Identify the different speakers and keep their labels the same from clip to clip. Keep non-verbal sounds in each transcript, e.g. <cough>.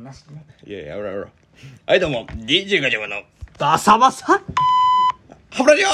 Speaker 1: ましたね
Speaker 2: いやいや、ほらほら。はい、どうも、DJ ガチャマンの、
Speaker 1: バサバサ
Speaker 2: ハブラジオ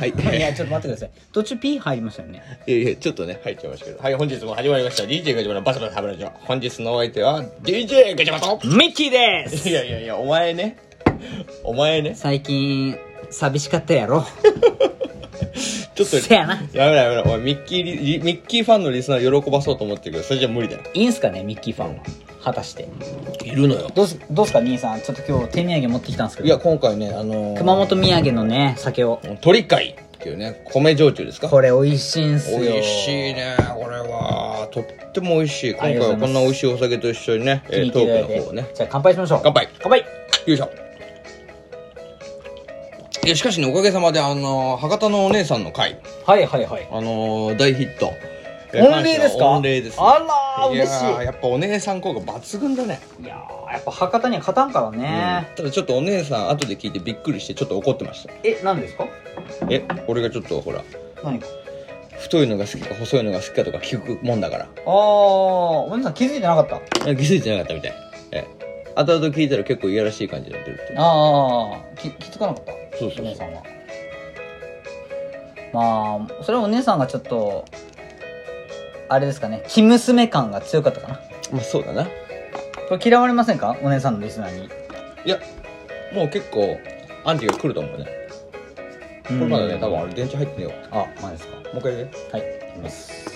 Speaker 2: はい。
Speaker 1: いやちょっと待ってください途中 P 入りましたよね
Speaker 2: いやいや、ちょっとね、入っちゃいましたけど。はい、本日も始まりました。DJ ガチャマンのバサバサハブラジオ。本日のお相手は、DJ ガチャマンと
Speaker 1: ミッキーで
Speaker 2: い
Speaker 1: す
Speaker 2: やいやいや、お前ね。お前ね。
Speaker 1: 最近寂しかったやろ
Speaker 2: ちょっと、
Speaker 1: せやな
Speaker 2: やめろやめろ。お前、ミッキーリリ、ミッキーファンのリスナー喜ばそうと思ってるけど、それじゃ無理だよ。
Speaker 1: いいんすかねミッキーファンは果たして
Speaker 2: いるのよ。
Speaker 1: どうすどうすか兄さんちょっと今日手土産持ってきたんですけ
Speaker 2: い
Speaker 1: ど
Speaker 2: や、今回ね、あのー、
Speaker 1: 熊本土産のね酒を
Speaker 2: 鳥海っていうね、米焼酎ですか
Speaker 1: これ美味しいんすよ
Speaker 2: 美味しいねこれはとっても美味しい今
Speaker 1: あり
Speaker 2: 回
Speaker 1: がとう
Speaker 2: は
Speaker 1: ございま
Speaker 2: こ
Speaker 1: す
Speaker 2: んな美味しいお酒と一緒にね、え
Speaker 1: 気に入
Speaker 2: ー、
Speaker 1: って
Speaker 2: ト
Speaker 1: いただいて
Speaker 2: ークの方をね
Speaker 1: じゃあ乾杯しましょう
Speaker 2: 乾杯
Speaker 1: 乾杯
Speaker 2: よいしょいやしかしねおかげさまであのー博多のお姉さんの会
Speaker 1: はいはいはい
Speaker 2: あのー大ヒットえー
Speaker 1: 御礼ですか
Speaker 2: 感謝の御礼です
Speaker 1: あらー
Speaker 2: いや
Speaker 1: 嬉しい
Speaker 2: ーやっぱお姉さん効果抜群だね、
Speaker 1: いやーやっぱ博多には勝たんからね、
Speaker 2: ただちょっとお姉さん後で聞いてびっくりしてちょっと怒ってました
Speaker 1: え何ですか
Speaker 2: え俺がちょっとほら
Speaker 1: 何か
Speaker 2: 太いのが好きか細いのが好きかとか聞くもんだから
Speaker 1: あーお姉さん気づいてなかった
Speaker 2: え気づいてなかったみたいええ後々聞いたら結構いやらしい感じになってるって
Speaker 1: ああ気気づかなかった
Speaker 2: そうそうそう
Speaker 1: お姉さんはまあそれはお姉さんがちょっとあれですかね生娘感が強かったかな
Speaker 2: まあそうだな
Speaker 1: これ嫌われませんかお姉さんのリスナーに
Speaker 2: いやもう結構アンチが来ると思うね
Speaker 1: う
Speaker 2: こ
Speaker 1: ん
Speaker 2: れまだね多分あれ電池入ってねえよ
Speaker 1: あマジですか
Speaker 2: もう一回やる
Speaker 1: はいいきます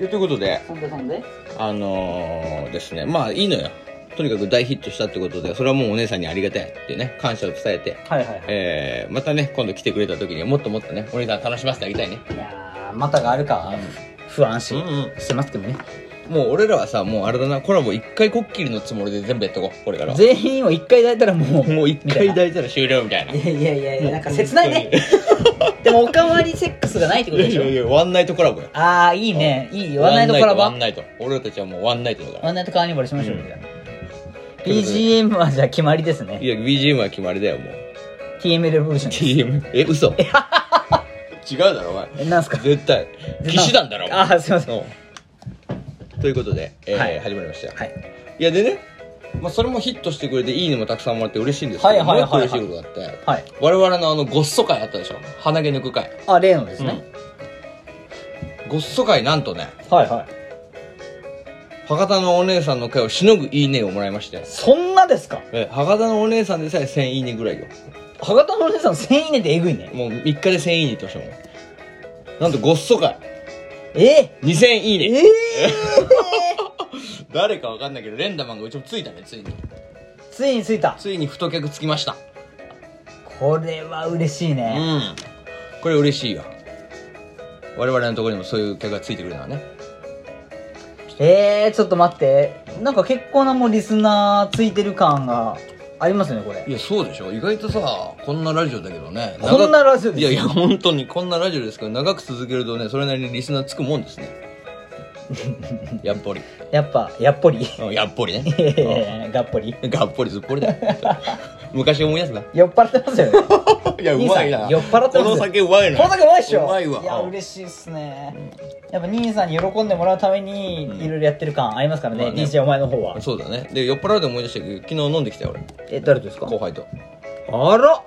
Speaker 2: いやということで
Speaker 1: そんでそんで
Speaker 2: あのー、ですねまあいいのよとにかく大ヒットしたってことでそれはもうお姉さんにありがたいっていうね感謝を伝えて
Speaker 1: はいはいはい
Speaker 2: えー、またね今度来てくれた時にはもっともっとねお姉さん楽しませてあげたいね
Speaker 1: いやーまたがあるか不安視
Speaker 2: うん
Speaker 1: してますけどね
Speaker 2: もう俺らはさもうあれだなコラボ一回こっきりのつもりで全部やっとこうこれからは
Speaker 1: 全員を一回抱いたらもう
Speaker 2: もう一
Speaker 1: みたい
Speaker 2: 回
Speaker 1: な
Speaker 2: 抱いたら終了みたいない
Speaker 1: やいやいやいやなんか切ないねでもおかわりセックスがないってことで
Speaker 2: い
Speaker 1: し
Speaker 2: や
Speaker 1: ょ
Speaker 2: いやワンナイトコラボよ
Speaker 1: ああいいねいいよワンナイトコラボ
Speaker 2: ワン
Speaker 1: ワ
Speaker 2: ナイトワンナイト俺らたちはもうワンナイトだから
Speaker 1: ンナイトカーニバルしましょうよじゃあ
Speaker 2: ということ
Speaker 1: BGM はじゃあ決まりです
Speaker 2: い
Speaker 1: ね
Speaker 2: や BGM は決まりだよもう
Speaker 1: TM レボリューションです
Speaker 2: TM え嘘
Speaker 1: <laughs>
Speaker 2: 違うだろお前
Speaker 1: えなんすか
Speaker 2: <laughs>
Speaker 1: <laughs>
Speaker 2: 絶対騎士団だろお前
Speaker 1: あーすいません
Speaker 2: うんということで、えー
Speaker 1: はい
Speaker 2: 始まりましたよ、、
Speaker 1: はいい
Speaker 2: やでね、まあ、それもヒットしてくれていいねもたくさんもらって嬉しいんですけど、
Speaker 1: はいはいはいはい
Speaker 2: もう一個嬉しいことがあって、
Speaker 1: はい
Speaker 2: 我々のあのごっそ会あったでしょ鼻毛抜く会
Speaker 1: あ例のですね
Speaker 2: ごっそ会なんとね
Speaker 1: はいはい
Speaker 2: 博多のお姉さんの会をしのぐいいねをもらいまして
Speaker 1: そんなですか
Speaker 2: え博多のお姉さんでさえ1000いいねぐらいよ
Speaker 1: 博多のお姉さん1000いいねでえぐいね
Speaker 2: もう3日で1000いいねって言ってましたもんなんとごっそ会
Speaker 1: え
Speaker 2: 2000いい
Speaker 1: え
Speaker 2: ね
Speaker 1: ええ
Speaker 2: <laughs> 誰かわかんないけど連打マンがうちもついたねついに
Speaker 1: ついについた
Speaker 2: ついに太客つきました
Speaker 1: これは嬉しいうね
Speaker 2: んこれ嬉しいよ我々のところにもそういう客がついてくるのはね
Speaker 1: えー、ちょっと待ってなんか結構なもうリスナーついてる感がありますねこれ
Speaker 2: いやそうでしょ意外とさこんなラジオだけどね
Speaker 1: こんな
Speaker 2: 長く
Speaker 1: ラジオです
Speaker 2: いやいや本当にこんなラジオですけど長く続けるとねそれなりにリスナーつくもんで
Speaker 1: <laughs>
Speaker 2: すねやっぱり
Speaker 1: やっぱやっぽり
Speaker 2: うんやっぱりね
Speaker 1: いやいやいやがっぽり
Speaker 2: うんがっぽりずっ
Speaker 1: <laughs>
Speaker 2: ぽりだよ昔思い出すな
Speaker 1: 酔っ払ってますよ
Speaker 2: <laughs>
Speaker 1: ねこ
Speaker 2: いや
Speaker 1: うまいな兄さん酔っ払ってますね
Speaker 2: この酒うまいな
Speaker 1: の酒うまいっしょ
Speaker 2: うまいわ
Speaker 1: いや嬉しいっすねやっぱ兄さんに喜んでもらうためにいろいろやってる感ありますからね,、
Speaker 2: まあね
Speaker 1: DJ お前の方は
Speaker 2: そうだねで酔っ払うで思い出したけど昨日飲んできたよ俺
Speaker 1: え誰とですか
Speaker 2: 後輩と
Speaker 1: あら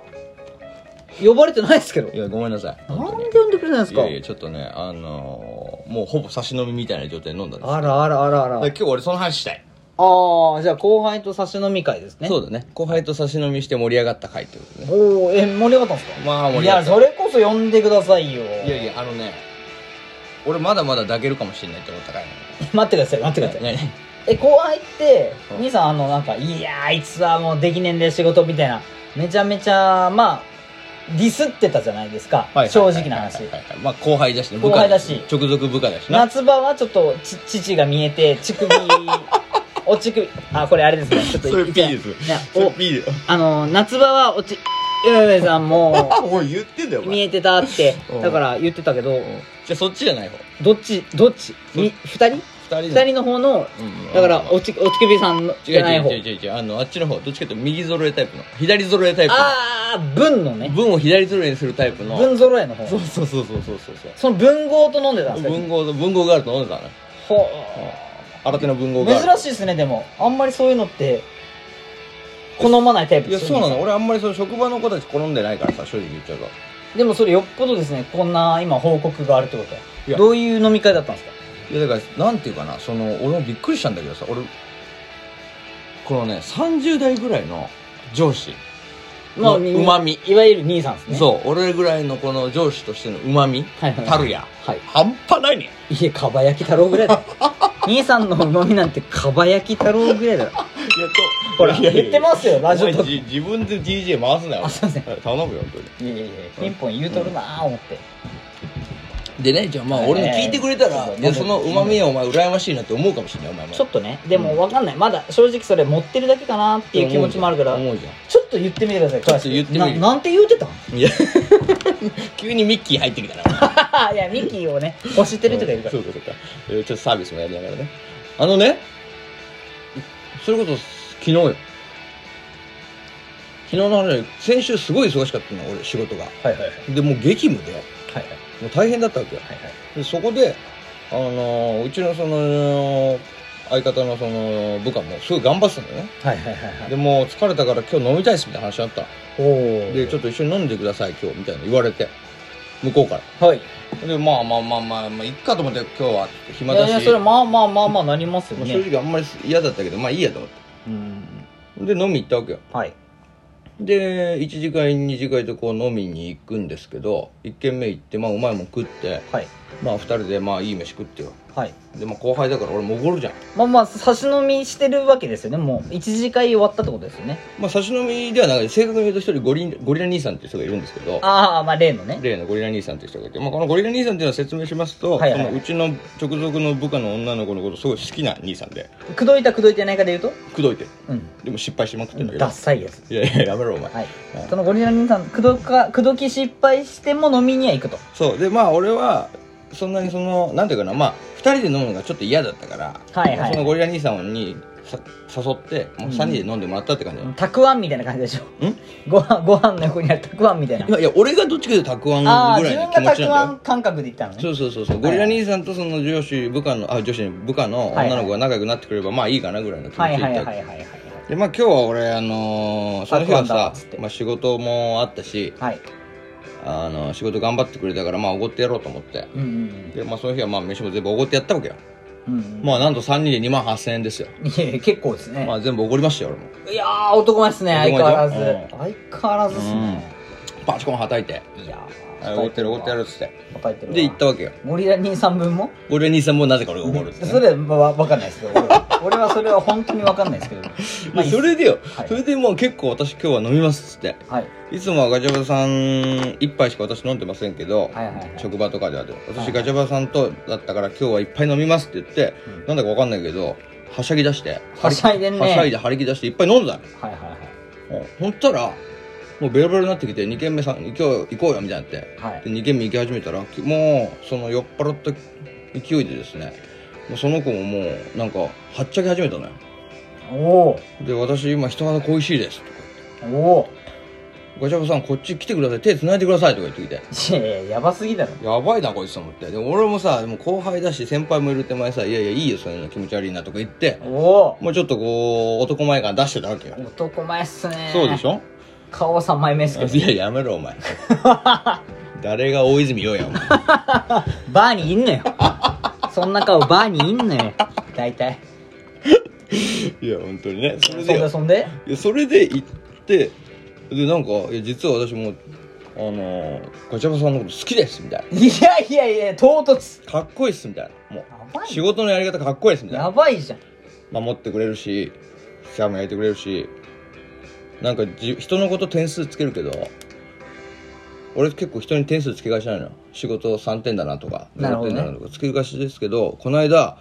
Speaker 1: 呼ばれてないっすけど
Speaker 2: いやごめんなさい
Speaker 1: なんで呼んでくれないんです
Speaker 2: い
Speaker 1: か
Speaker 2: やいやちょっとねあのーもうほぼ差し飲みみたいな状態で飲んだんです
Speaker 1: あらあらあらあら
Speaker 2: で今日俺その話したい、
Speaker 1: あーじゃあ後輩と差し飲み会ですね
Speaker 2: そうだね後輩と差し飲みして盛り上がった回ということね
Speaker 1: おおえ盛り上がったんですか
Speaker 2: まあ盛
Speaker 1: い
Speaker 2: り上が
Speaker 1: や
Speaker 2: っ
Speaker 1: それこそ呼んでくださいよ
Speaker 2: たいやいやあのね俺まだまだ抱けるかもしれないって思った回
Speaker 1: 待ってください待ってください
Speaker 2: なのね
Speaker 1: え後輩って
Speaker 2: うん
Speaker 1: 兄さんあのなんか「いやーあいつはもうできねえんで仕事」みたいなめちゃめちゃまあディスってたじゃないですか、
Speaker 2: はい
Speaker 1: 正直な話
Speaker 2: はいはいはいはいまあ後輩だしね部
Speaker 1: 後
Speaker 2: 下
Speaker 1: 輩だ
Speaker 2: だ
Speaker 1: し
Speaker 2: し直属部下だしな
Speaker 1: 夏場はちょっとち父が見えて乳
Speaker 2: <laughs>
Speaker 1: 首お乳首あこれあれですねちょっと
Speaker 2: それ P
Speaker 1: いや
Speaker 2: です
Speaker 1: ね
Speaker 2: それ
Speaker 1: お
Speaker 2: ビール
Speaker 1: あの夏場はおちゆうさんも
Speaker 2: あもう言ってんだよお
Speaker 1: 見
Speaker 2: 前
Speaker 1: えてたって
Speaker 2: うん
Speaker 1: だから言ってたけど
Speaker 2: じゃあそっちじゃない方
Speaker 1: どっちどっちみ二人
Speaker 2: 二人
Speaker 1: 二
Speaker 2: で
Speaker 1: 人の方の
Speaker 2: うん
Speaker 1: だからおちお乳首さんの
Speaker 2: 違う
Speaker 1: じゃない方
Speaker 2: 違う違う違う違うあのあっちの方どっちかというと右揃えタイプの左揃えタイプの
Speaker 1: あああ文のね
Speaker 2: 文を左揃えにするタイプの
Speaker 1: 文揃えの方
Speaker 2: そうそうそうそうそうそうそ
Speaker 1: その文豪と飲んでたん
Speaker 2: う
Speaker 1: ですか
Speaker 2: 文豪文豪ガールと飲んでたね
Speaker 1: ほ
Speaker 2: 新手の文豪ガール
Speaker 1: 珍しいですねでもあんまりそういうのって好まないタイプ
Speaker 2: い
Speaker 1: で
Speaker 2: や
Speaker 1: す
Speaker 2: そう
Speaker 1: よ
Speaker 2: な
Speaker 1: ね
Speaker 2: の俺あんまりその職場の子たち転んでないからさ正直言っちゃうと
Speaker 1: でもそれよっぽどですねこんな今報告があるってこと
Speaker 2: いや
Speaker 1: はどういう飲み会だったんですか
Speaker 2: いやだからなんていうかなその俺もびっくりしたんだけどさ俺このね30代ぐらいの上司
Speaker 1: まあ
Speaker 2: う
Speaker 1: み
Speaker 2: うまみ
Speaker 1: いわゆる兄さんですねう
Speaker 2: そう俺ぐらいのこの上司としてのうまみ
Speaker 1: はいはいはい
Speaker 2: たるや
Speaker 1: はい
Speaker 2: 半端ないね
Speaker 1: いえかば焼き太郎ぐら <laughs> いだ兄さんのうまみなんてかば焼き太郎ぐらいだ
Speaker 2: いやと
Speaker 1: ほら言ってますよラジオと
Speaker 2: お前じ自分で DJ 回すなよ
Speaker 1: あすいません
Speaker 2: 頼むよ本当に
Speaker 1: いやいやいやピンポン言うとるなあ思って、
Speaker 2: でねじゃあまあ
Speaker 1: はい
Speaker 2: 俺の聞いてくれたら、
Speaker 1: はい
Speaker 2: いやそのうまみはお前羨ましいなって思うかもしれないお前も
Speaker 1: ちょっとねでもわかんないまだ正直それ持ってるだけかなっていう気持ちもあるから
Speaker 2: 思うじゃん
Speaker 1: ちょっと言ってみてください
Speaker 2: ちょっと言ってみる
Speaker 1: ななんて言うて
Speaker 2: <laughs>
Speaker 1: たん
Speaker 2: いや急にミッキー入ってきたな
Speaker 1: はいやミッキーをね欲してるとかいるから、
Speaker 2: そうかそうかえーちょっとサービスもやりながらねあのねそれこそ昨日よ昨日の話先週すごい忙しかったの俺仕事が
Speaker 1: はいはいはい
Speaker 2: でもう激務でよ
Speaker 1: はいはい
Speaker 2: もう大変だったわけよ
Speaker 1: はいはい
Speaker 2: でそこであのーうちのその相方のその部下もすごい頑張ってたんだよね
Speaker 1: はいはいはいはい
Speaker 2: でもう疲れたから今日飲みたいっすみたいな話になったの
Speaker 1: おお
Speaker 2: でちょっと一緒に飲んでください今日みたいな言われて向こうから
Speaker 1: はい
Speaker 2: でまあまあまあまあまあいっかと思って今日は暇
Speaker 1: い
Speaker 2: だ
Speaker 1: や
Speaker 2: し
Speaker 1: いやそれまあまあまあまあなりますよ
Speaker 2: まあ
Speaker 1: ね、
Speaker 2: 正直あんまり嫌だったけどまあいいやと思っ
Speaker 1: うん
Speaker 2: てで飲み行ったわけよ
Speaker 1: はい
Speaker 2: で1次会2次会とこう飲みに行くんですけど1軒目行ってまあうまいもん食って
Speaker 1: はい
Speaker 2: まあ2人でまあいい飯食ってよ
Speaker 1: はい
Speaker 2: でまあ後輩だから俺もおごるじゃん
Speaker 1: まあまあ差し飲みしてるわけですよねもう一次会終わったってことですよね
Speaker 2: まあ差し飲みではなく正確に言うと一人ゴリゴリラ兄さんっていう人がいるんですけど
Speaker 1: ああまあ例のね
Speaker 2: 例のゴリラ兄さんっていう人がいて、まあ、このゴリラ兄さんっていうのは説明しますと、
Speaker 1: はいはいはい
Speaker 2: そのうちの直属の部下の女の子のことすごい好きな兄さんで
Speaker 1: 口説いた口説いてないかで言うと
Speaker 2: 口説いて
Speaker 1: う
Speaker 2: でも失敗しまくってんだ
Speaker 1: ん
Speaker 2: けど
Speaker 1: ダッサいやつ
Speaker 2: いやいややめろお前
Speaker 1: はい
Speaker 2: はい
Speaker 1: そのゴリラ兄さん口説か口説き失敗しても飲みには行くと
Speaker 2: そうでまあ俺はそんなにそのなんていうかなまあ2人で飲むのがちょっと嫌だったから、
Speaker 1: はいはい
Speaker 2: そのゴリラ兄さんにさ誘ってもう3人で飲んでもらったって感じ、
Speaker 1: たくあんみたいな感じでしょ
Speaker 2: ん
Speaker 1: ご飯ご飯の横にあるたくあんみたいない
Speaker 2: やいや俺がどっちかというとたくあん
Speaker 1: ああ
Speaker 2: ぐら
Speaker 1: 自
Speaker 2: い
Speaker 1: 分
Speaker 2: の
Speaker 1: が
Speaker 2: 気持
Speaker 1: た
Speaker 2: ちなん
Speaker 1: く
Speaker 2: だ
Speaker 1: あ
Speaker 2: よ
Speaker 1: ん感覚で行ったの
Speaker 2: そ
Speaker 1: ね
Speaker 2: うそうそうそうゴリラ兄さんとその上司部下のあ女子部下の女の子が仲良くなってくればまあいいかなぐらいの気持ち
Speaker 1: は
Speaker 2: で
Speaker 1: い
Speaker 2: いた
Speaker 1: は
Speaker 2: わ
Speaker 1: い
Speaker 2: け
Speaker 1: はいはいはいはい
Speaker 2: でまあ今日は俺あのーその日は
Speaker 1: たくあんだ
Speaker 2: さ
Speaker 1: っつって、
Speaker 2: まあ、仕事もあったし
Speaker 1: はい
Speaker 2: あの仕事頑張ってくれたからまあおごってやろうと思って
Speaker 1: うんうん
Speaker 2: でまあその日はまあ飯も全部おごってやったわけよ
Speaker 1: うんうん
Speaker 2: まあなんと3人で2万8000円ですよ
Speaker 1: うんいやいや結構ですね
Speaker 2: まあ全部おごりましたよ俺も
Speaker 1: いやー男前ですね相変わらず
Speaker 2: 男
Speaker 1: 相変わらずですね
Speaker 2: パチコンはたいて
Speaker 1: いや
Speaker 2: 「
Speaker 1: ー
Speaker 2: おごってるおごってやる」っつって
Speaker 1: 叩いてるわ
Speaker 2: で行ったわけよ
Speaker 1: ゴリラ兄さん分も
Speaker 2: ゴリラ兄さんもなぜか俺がおごるっつっ
Speaker 1: <laughs>
Speaker 2: て
Speaker 1: それはまあわかんないですけど俺は俺はそれは本当にわかんないですけどまあいいっす
Speaker 2: <laughs> それでよ
Speaker 1: はい
Speaker 2: それでもう結構私今日は飲みますっつって
Speaker 1: はい
Speaker 2: いつもはガチャバさん1杯しか私飲んでませんけど
Speaker 1: はいはいはい
Speaker 2: 職場とかではでも
Speaker 1: はいは
Speaker 2: 私
Speaker 1: い
Speaker 2: ガチャバさんとだったから今日はいっぱい飲みますって言って
Speaker 1: うん
Speaker 2: なんだかわかんないけどはしゃぎ出して
Speaker 1: はしゃいでんね
Speaker 2: はしゃいで張り切り出していっぱい飲んだの
Speaker 1: はいはいはい
Speaker 2: うんほんたらもうベロベロになってきて2軒目さん今日行こうよみたいになって、
Speaker 1: はい
Speaker 2: で2軒目行き始めたらきもうその酔っ払った勢いでですねもうその子ももうなんかはっちゃけ始めたのよ
Speaker 1: おー
Speaker 2: で私今人肌恋しいですとか
Speaker 1: お
Speaker 2: ガチャバさんこっち来てください手繋いでくださいとか言ってきて
Speaker 1: おいやいややばすぎだろ
Speaker 2: やばいなこいつと思ってでも俺もさでも後輩だし先輩もいる手前さいやいやいいよそういうの気持ち悪いなとか言って
Speaker 1: お
Speaker 2: もうちょっとこう男前感出してたわけよ
Speaker 1: お男前っすね
Speaker 2: そうでし
Speaker 1: ょ
Speaker 2: ょ
Speaker 1: 顔三枚目っすけど
Speaker 2: いややめろお <laughs> 前誰が大泉洋やお前
Speaker 1: バーにいんの
Speaker 2: <laughs>
Speaker 1: よそんな顔バーにいんのよ大体
Speaker 2: いや本当にねそ
Speaker 1: そ
Speaker 2: れ
Speaker 1: ん
Speaker 2: で
Speaker 1: でそんで
Speaker 2: いやそれで行ってでなんかいや実は私もあのーガチャバさんのこと好きですみたい
Speaker 1: いやいやいや唐突
Speaker 2: なかっこいいっすみたいなも
Speaker 1: や
Speaker 2: う
Speaker 1: ばい
Speaker 2: 仕事のやり方かっこいいっすみたい
Speaker 1: や
Speaker 2: な
Speaker 1: ばいじゃん
Speaker 2: 守ってくれるしシャも焼いてくれるしなんかじ人のこと点数つけるけど俺結構人に点数つけがちなのよ仕事3点だなとか
Speaker 1: なる
Speaker 2: 0
Speaker 1: ほど
Speaker 2: 点
Speaker 1: ね
Speaker 2: だなとかつけがちですけどこの間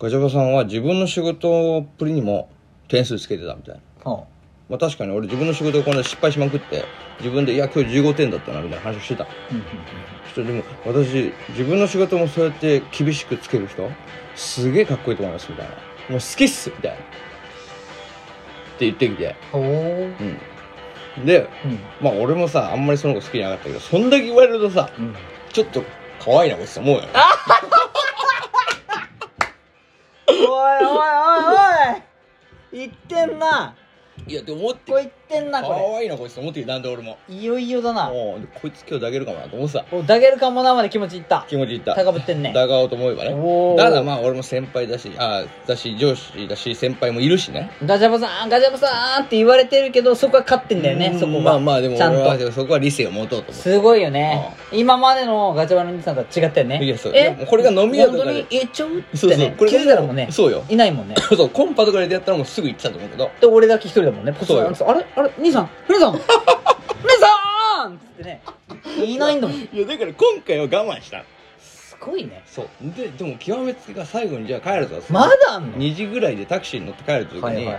Speaker 2: ガチャバさんは自分の仕事っぷりにも点数つけてたみたいな
Speaker 1: ほ
Speaker 2: まあ、確かに俺自分の仕事をこの間失敗しまくって自分で「いや今日15点だったな」みたいな話をしてた
Speaker 1: ううんうん
Speaker 2: ちょっとでも私自分の仕事もそうやって厳しくつける人すげえかっこいいと思いますみたいなもう好きっすみたいなって言ってきて
Speaker 1: うんほう
Speaker 2: うんで
Speaker 1: うん
Speaker 2: まあ俺もさあんまりその子好きじゃなかったけどそんだけ言われるとさ
Speaker 1: うん
Speaker 2: ちょっと可愛いなこいつと思うよね
Speaker 1: おいおいおいおい言ってんない
Speaker 2: やでも思って
Speaker 1: これ言ってんな
Speaker 2: 可
Speaker 1: こ
Speaker 2: 愛いなこいつと思ってきたんで俺も
Speaker 1: れいよいよだな
Speaker 2: もうでこいつ今日抱けるかもなと思ってさ
Speaker 1: おだげるかもなまで気持ちいった
Speaker 2: 気持ちいった
Speaker 1: 高ぶってんね
Speaker 2: 疑おうと思えば
Speaker 1: お
Speaker 2: ね
Speaker 1: ー
Speaker 2: ただまあ俺も先輩だしあだし上司だし先輩もいるしね
Speaker 1: ガチャバさんガチャバさんって言われてるけどそこは勝ってんだよ
Speaker 2: う
Speaker 1: ね
Speaker 2: ん
Speaker 1: そこが
Speaker 2: まあまあでも
Speaker 1: ちゃ
Speaker 2: 俺
Speaker 1: ん
Speaker 2: は
Speaker 1: と
Speaker 2: でもそこは理性を持とうと思って
Speaker 1: すごいよね今までのガチャバの兄さんとは違ったよね
Speaker 2: いやそうでもこれが飲み屋とかで
Speaker 1: 本当に言っちゃうってね
Speaker 2: そうそうこれ
Speaker 1: 気づいたらもうね
Speaker 2: そうよ
Speaker 1: いないもんね
Speaker 2: <laughs> そうコンパとかで出会ったらもうすぐ行ってたと思うけど
Speaker 1: で俺だけ一人だもんねポツン
Speaker 2: そ
Speaker 1: あれあれ兄さん兄
Speaker 2: <laughs>
Speaker 1: さん兄さんっつってねいないんだもん
Speaker 2: いやだから今回は我慢したの
Speaker 1: すごいね
Speaker 2: そうででも極めつけが最後にじゃあ帰るぞ
Speaker 1: まだあんの
Speaker 2: 2時ぐらいでタクシーに乗って帰る時に、
Speaker 1: はいはいはい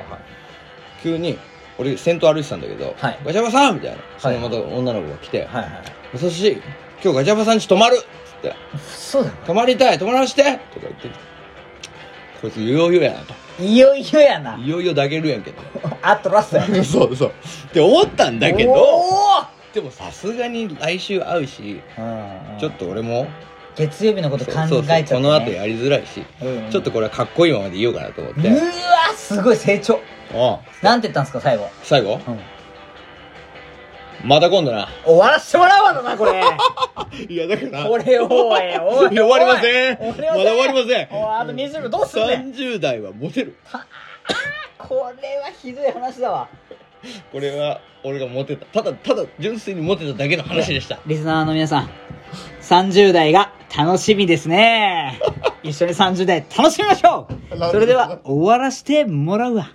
Speaker 2: 急に俺先頭歩いてたんだけど「
Speaker 1: はい
Speaker 2: ガチャバさん!」みたいなそのまた女の子が来て
Speaker 1: はいはい
Speaker 2: 「そし今日ガチャバさん家泊まる!」っつって
Speaker 1: そうだよ
Speaker 2: 「泊まりたい泊まらして!」とか言ってこいついよいよやなと
Speaker 1: いよいよやない
Speaker 2: よいよ抱けるやんけど
Speaker 1: アトラスや
Speaker 2: <laughs> そうそうって思ったんだけど
Speaker 1: おー
Speaker 2: でもさすがに来週会うし
Speaker 1: うんうん
Speaker 2: ちょっと俺も
Speaker 1: 月曜日のこと考えちゃ
Speaker 2: そう
Speaker 1: っ
Speaker 2: そう
Speaker 1: てね
Speaker 2: この後やりづらいし、
Speaker 1: うんうん
Speaker 2: ちょっとこれはかっこいいままでいようかなと思っ
Speaker 1: う
Speaker 2: て、
Speaker 1: わすごい成長
Speaker 2: うん
Speaker 1: なんて言ったんですか最後
Speaker 2: 最後
Speaker 1: うん
Speaker 2: また今度な
Speaker 1: 終わらしてもらわんのな
Speaker 2: <laughs>
Speaker 1: これ
Speaker 2: いやだから
Speaker 1: これおいおいおい
Speaker 2: 終わりません
Speaker 1: おい
Speaker 2: まだ終わりません
Speaker 1: おいあと20秒どうすんねん
Speaker 2: 30代はモテる
Speaker 1: これはひどい話だわ
Speaker 2: これは俺がモテたただただ純粋にモテただけの話でした
Speaker 1: リスナーの皆さん30代が楽しみです
Speaker 2: <laughs>
Speaker 1: ね一緒に30代楽しみましょうそれでは終わらしてもらうわ